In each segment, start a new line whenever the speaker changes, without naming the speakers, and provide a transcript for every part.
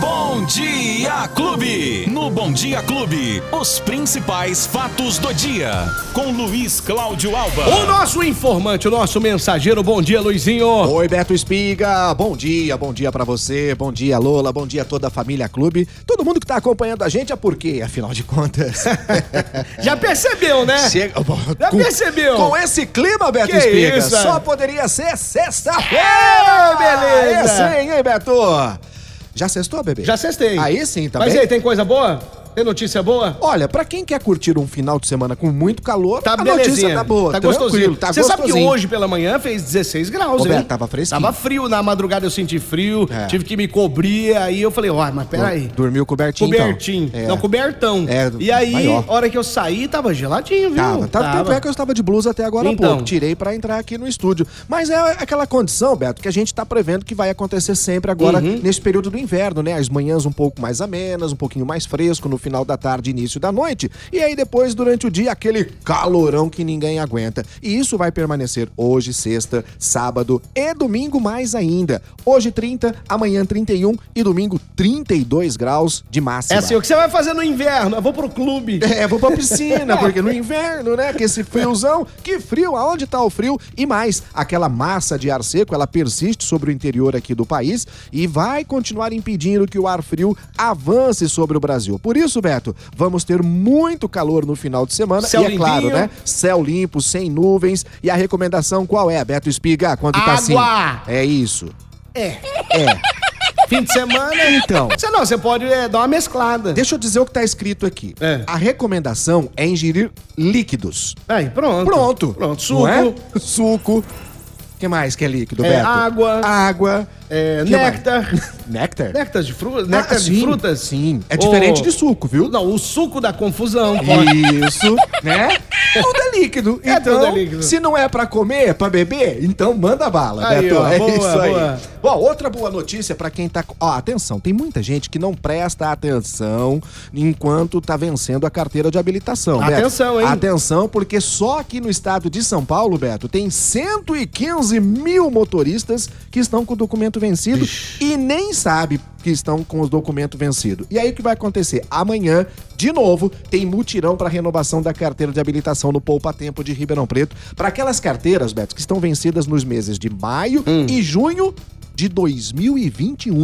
Bom Dia Clube. No Bom Dia Clube, os principais fatos do dia. Com Luiz Cláudio Alba.
O nosso informante, o nosso mensageiro. Bom dia, Luizinho.
Oi, Beto Espiga. Bom dia, bom dia pra você. Bom dia, Lola. Bom dia a toda a família Clube. Todo mundo que tá acompanhando a gente é porque, afinal de contas.
Já percebeu, né?
Chega...
Já percebeu?
Com esse clima, Beto
Que
Espiga,
isso,
só
velho?
poderia ser
Ah,
sexta-feira!
beleza.
É sim, hein, Beto? Já sextou, bebê?
Já cestei.
Aí sim, tá
Mas
bem?
aí, tem coisa boa? Tem notícia boa?
Olha, pra quem quer curtir um final de semana com muito calor,
Tá
a
belezinha.
notícia tá boa,
tá
tranquilo,
gostosinho.
tá
Você sabe que
gostosinho.
hoje pela manhã fez 16 graus,
Ô,
né?
Beto, tava fresquinho.
Tava frio, na madrugada eu senti frio,
É.
tive que me cobrir, aí eu falei, ó, mas peraí.
Dormiu cobertinho, então.
Cobertinho.
É.
Não, cobertão.
É,
e aí,
maior.
hora que eu saí, tava geladinho, viu?
Tava, tá, Tanto é que eu estava de blusa até agora
Então.
há pouco. Tirei pra entrar aqui no estúdio. Mas é aquela condição, Beto, que a gente tá prevendo que vai acontecer sempre agora
Uhum.
nesse período do inverno, né? As manhãs um pouco mais amenas, um pouquinho mais fresco no final da tarde, início da noite. E aí depois, durante o dia, aquele calorão que ninguém aguenta. E isso vai permanecer hoje, sexta, sábado e domingo mais ainda. Hoje 30, amanhã 31 e domingo 32 graus de máxima.
É assim, o que você vai fazer no inverno? Eu vou pro clube.
É, vou pra piscina, porque no inverno, né? Que esse friozão, que frio, aonde tá o frio? E mais, aquela massa de ar seco, ela persiste sobre o interior aqui do país e vai continuar impedindo que o ar frio avance sobre o Brasil. Por isso, Beto, vamos ter muito calor no final de semana.
Céu
e é claro,
limpinho.
né? Céu limpo, sem nuvens. E a recomendação qual é, Beto Espiga? Quanto tá assim?
Água!
É isso.
É.
É.
Fim de semana.
Então.
Você não, você pode é, dar uma mesclada.
Deixa eu dizer o que tá escrito aqui.
É.
A recomendação é ingerir líquidos.
Aí, pronto.
Pronto.
Pronto,
Não
suco.
é? Suco. O que mais que é líquido,
É,
Beto?
água.
Água.
É,
Que
néctar.
mais? Néctar?
Néctar de, fru... néctar
Ah,
de
sim,
frutas?
Sim. É diferente
Ô,
de suco, viu?
Não, o suco da confusão.
Isso, né? Tudo é líquido.
É,
então,
tudo é líquido.
se não é pra comer, é pra beber, então manda bala,
Aí,
Beto.
ó,
é
boa,
isso aí.
boa.
Bom, outra boa notícia pra quem tá. Ó, atenção, tem muita gente que não presta atenção enquanto tá vencendo a carteira de habilitação. Beto.
Atenção, hein?
Atenção, porque só aqui no estado de São Paulo, Beto, tem 115 mil motoristas que estão com o documento vencido e nem sabe que estão com o documento vencido. E aí o que vai acontecer? Amanhã, de novo, tem mutirão para renovação da carteira de habilitação no Poupa Tempo de Ribeirão Preto para aquelas carteiras, Beto, que estão vencidas nos meses de maio
Hum.
e junho de 2021.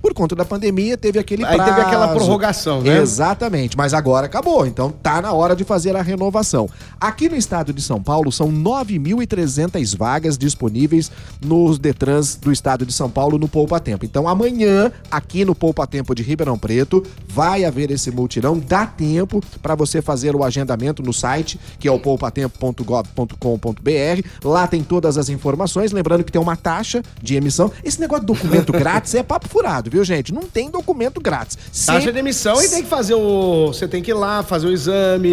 Por conta da pandemia, teve aquele
Aí teve aquela
prazo.
prorrogação, né?
Exatamente, mas agora acabou, então tá na hora de fazer a renovação. Aqui no estado de São Paulo são 9.300 vagas disponíveis nos Detrans do estado de São Paulo no Poupa Tempo. Então amanhã, aqui no Poupa Tempo de Ribeirão Preto, vai haver esse multirão, dá tempo para você fazer o agendamento no site, que é o poupatempo.gov.com.br. Lá tem todas as informações, lembrando que tem uma taxa de emissão. Esse negócio de documento grátis é papo furado, viu, gente? Não tem documento grátis.
Taxa
Sempre-
de emissão e tem que fazer o. Você tem que ir lá, fazer o exame.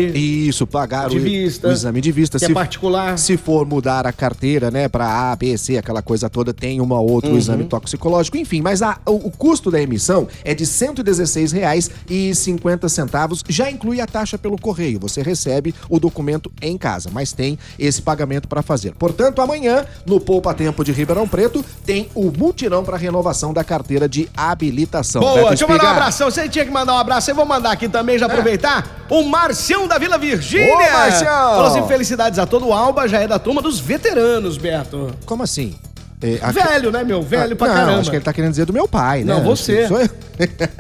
Isso, pagar
De
o,
vista.
o exame de vista.
Que é
Se,
particular.
se for mudar a carteira, né, pra A, B, C, aquela coisa toda, tem uma outra
Uhum.
o exame toxicológico, enfim. Mas a- o, o custo da emissão é de R$ 116,50, já inclui a taxa pelo correio. Você recebe o documento em casa, mas tem esse pagamento pra fazer. Portanto, amanhã, no Poupa Tempo de Ribeirão Preto, tem o multirão pra renovação da carteira de habilitação.
Boa,
Beto
deixa eu mandar um
Espiga.
abração. Você tinha que mandar um abraço, eu vou mandar aqui também, já aproveitar. O Marcião da Vila Virgínia.
É. Ô, Marcião!
Falou assim, felicidades a todo o Alba, já é da turma dos veteranos, Berto.
Como assim? É, a-
Velho, né, meu? Velho pra
não,
caramba.
acho que ele tá querendo dizer do meu pai, né?
Não,
Acho
você.
que Sou eu.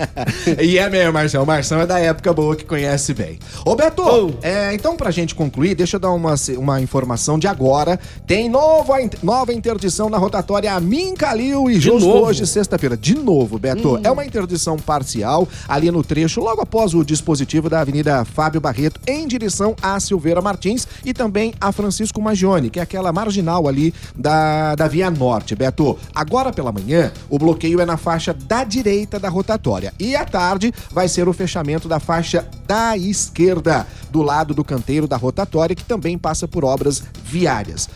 e é mesmo, Marcelo. O Marcelo é da época boa que conhece bem. Ô, Beto,
Oh.
é, então pra gente concluir, deixa eu dar uma, uma informação de agora. Tem nova, in- nova interdição na rotatória Amin Calil e justo
novo?
hoje, sexta-feira. De novo, Beto. É uma interdição parcial ali no trecho, logo após o dispositivo da Avenida Fábio Barreto, em direção a Silveira Martins e também a Francisco Magione, que é aquela marginal ali da, da Via Norte, Beto. Agora pela manhã, o bloqueio é na faixa da direita da rotatória. E à tarde vai ser o fechamento da faixa da esquerda, do lado do canteiro da rotatória, que também passa por obras viárias.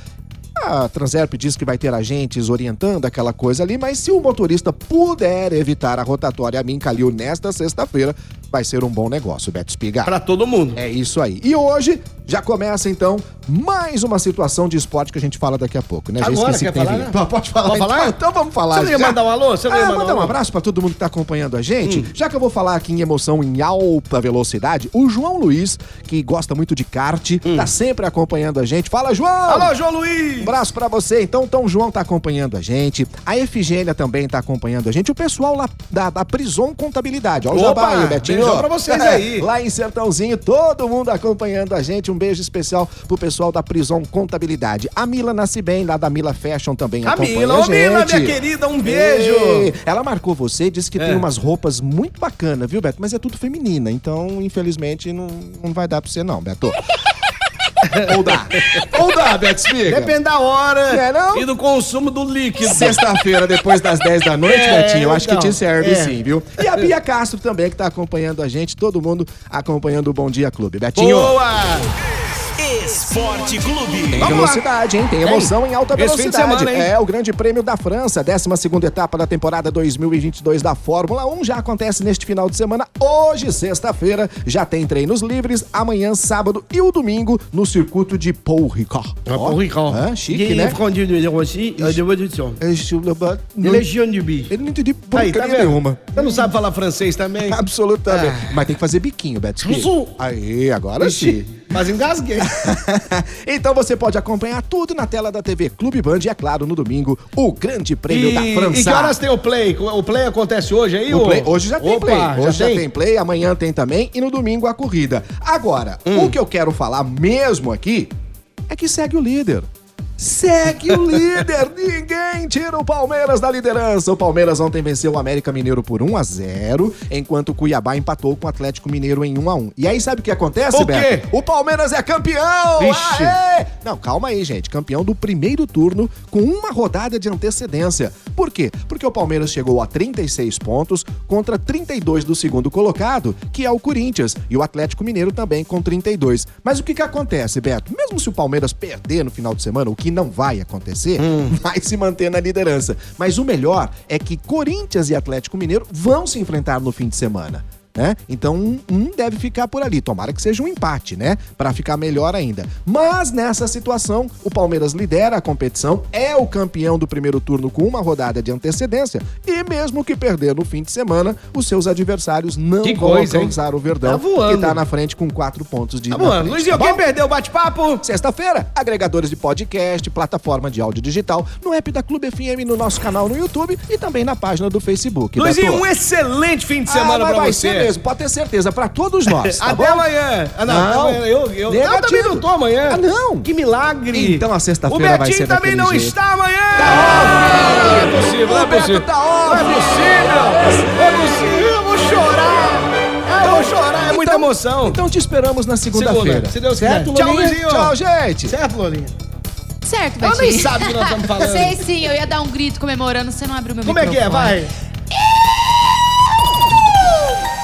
A Transerp diz que vai ter agentes orientando aquela coisa ali, mas se o motorista puder evitar a rotatória Amin Calil nesta sexta-feira, vai ser um bom negócio, Beto Espiga.
Pra todo mundo.
É isso aí. E hoje, Já começa, então, mais uma situação de esporte que a gente fala daqui a pouco, né? Já
Agora,
esqueci
quer
que tem
falar,
vinheta.
né?
Pô, Pode falar,
Pode
então?
falar?
Então vamos falar.
Você não ia
já.
mandar um alô? Você não ia
ah,
mandar
mandar
um
um
alô? Hum.
abraço pra todo mundo que tá acompanhando a gente. Já que eu vou falar aqui em emoção em alta velocidade, o João Luiz, que gosta muito de kart, tá sempre acompanhando a gente. Fala, João!
Hum. Alô, João Luiz!
Um abraço pra você. Então, Tom João tá acompanhando a gente. A Efigênia também tá acompanhando a gente. O pessoal lá da, da Prison Contabilidade. Olha o
Opa,
jabá aí, Betinho.
beijão pra vocês aí.
lá em Sertãozinho, todo mundo acompanhando a gente. Um beijo especial pro pessoal da Prison Contabilidade. A Mila nasce bem, lá da Mila Fashion também
A
acompanha
Mila,
a
ô
gente.
Mila, minha querida, um beijo!
Ei, Ela marcou você e disse que
É.
tem umas roupas muito bacanas, viu, Beto? Mas é tudo feminina, então, infelizmente, não, não vai dar pra você não, Beto. Ou dá. Ou dá, Beto Espiga.
Depende da hora
Não é não?
e do consumo do líquido.
Tá Sexta-feira, depois das 10 da noite,
É,
Betinho, eu acho que
então,
te serve
é.
sim, viu? E a Bia Castro também, que tá acompanhando a gente, todo mundo acompanhando o Bom Dia Clube. Betinho,
Boa!
Esporte Clube.
tem
Vamos lá.
velocidade, hein? Tem emoção em alta
Esse
velocidade.
fim de semana, hein?
É, o Grande Prêmio da França, 12ª etapa da temporada 2022 da Fórmula 1, já acontece neste final de semana. Hoje, sexta-feira, já tem treinos livres, amanhã, sábado e o domingo, no circuito de Paul Ricard.
Ah,
Ó, hã? chique,
é
né?
assim, Legion de bicho.
é Ele não entendi
é Aí, tá
porcaria
vendo?
nenhuma. Ah,
Você não sabe falar francês também?
Absolutamente. Mas tem que fazer biquinho, Beto. Spiga.
É. Zuzu.
Aí, agora
Ixi,
sim.
mas engasguei.
então você pode acompanhar tudo na tela da TV Clube Band e, é claro, no domingo, o Grande Prêmio da França.
e que horas tem o play? O play acontece hoje aí?
tá O
ô?
play- hoje já tem
Opa,
play. Hoje já tem?
tem.
play, amanhã tem também e no domingo a corrida. Agora, o que eu quero falar mesmo aqui é que segue o líder. Segue o líder, ninguém tira o Palmeiras da liderança. O Palmeiras ontem venceu o América Mineiro por 1 a 0, enquanto o Cuiabá empatou com o Atlético Mineiro em 1 a 1. E aí sabe o que acontece,
O
Beto?
quê?
O Palmeiras é campeão!
Vixe.
Aê! Não, calma aí, gente. Campeão do primeiro turno com uma rodada de antecedência. Por quê? Porque o Palmeiras chegou a 36 pontos contra 32 do segundo colocado, que é o Corinthians, e o Atlético Mineiro também com 32. Mas o que que acontece, Beto? Mesmo se o Palmeiras perder no final de semana, o que não vai acontecer, vai se manter na liderança. Mas o melhor é que Corinthians e Atlético Mineiro vão se enfrentar no fim de semana né? Então um, um deve ficar por ali. Tomara que seja um empate, né? Pra ficar melhor ainda. Mas nessa situação, o Palmeiras lidera a competição, é o campeão do primeiro turno com uma rodada de antecedência e mesmo que perder no fim de semana, os seus adversários não
Que
vão
coisa, hein?
alcançar o Verdão,
Tá voando.
que tá na frente com quatro pontos de
Tá
na
bom,
frente,
Luizinho,
tá
quem
bom?
perdeu o bate-papo?
Sexta-feira, agregadores de podcast, plataforma de áudio digital, no app da Clube FM, no nosso canal no YouTube e também na página do Facebook.
Luizinho,
Beto.
um excelente fim de
Ah,
semana
mas
pra
vai
você.
ser mesmo, pode ter certeza, pra todos nós, tá
até
bom?
amanhã. Ah, não,
Não.
até amanhã. Eu, eu,
Negativo.
eu também não tô amanhã.
Ah, não.
Que milagre.
Então a sexta-feira
O
vai
Betinho
ser
também
daquele
não
jeito. Tá,
está amanhã. Não, é possível, não é
O Beto
possível.
tá
Não é
óbvio.
possível. Não é possível. Eu vou chorar. Eu vou chorar. É muita
Então-
emoção.
Então te esperamos na segunda-feira.
Segunda, se Deus quiser.
certo,
Tchau,
Lulinha?
Luizinho.
Tchau, gente.
Certo, Lourinha?
Certo,
Ela
Betinho.
nem sabe o que nós estamos falando.
Sei sim, eu ia dar um grito comemorando, você não abriu meu
Como é que é?
microfone.
Vai.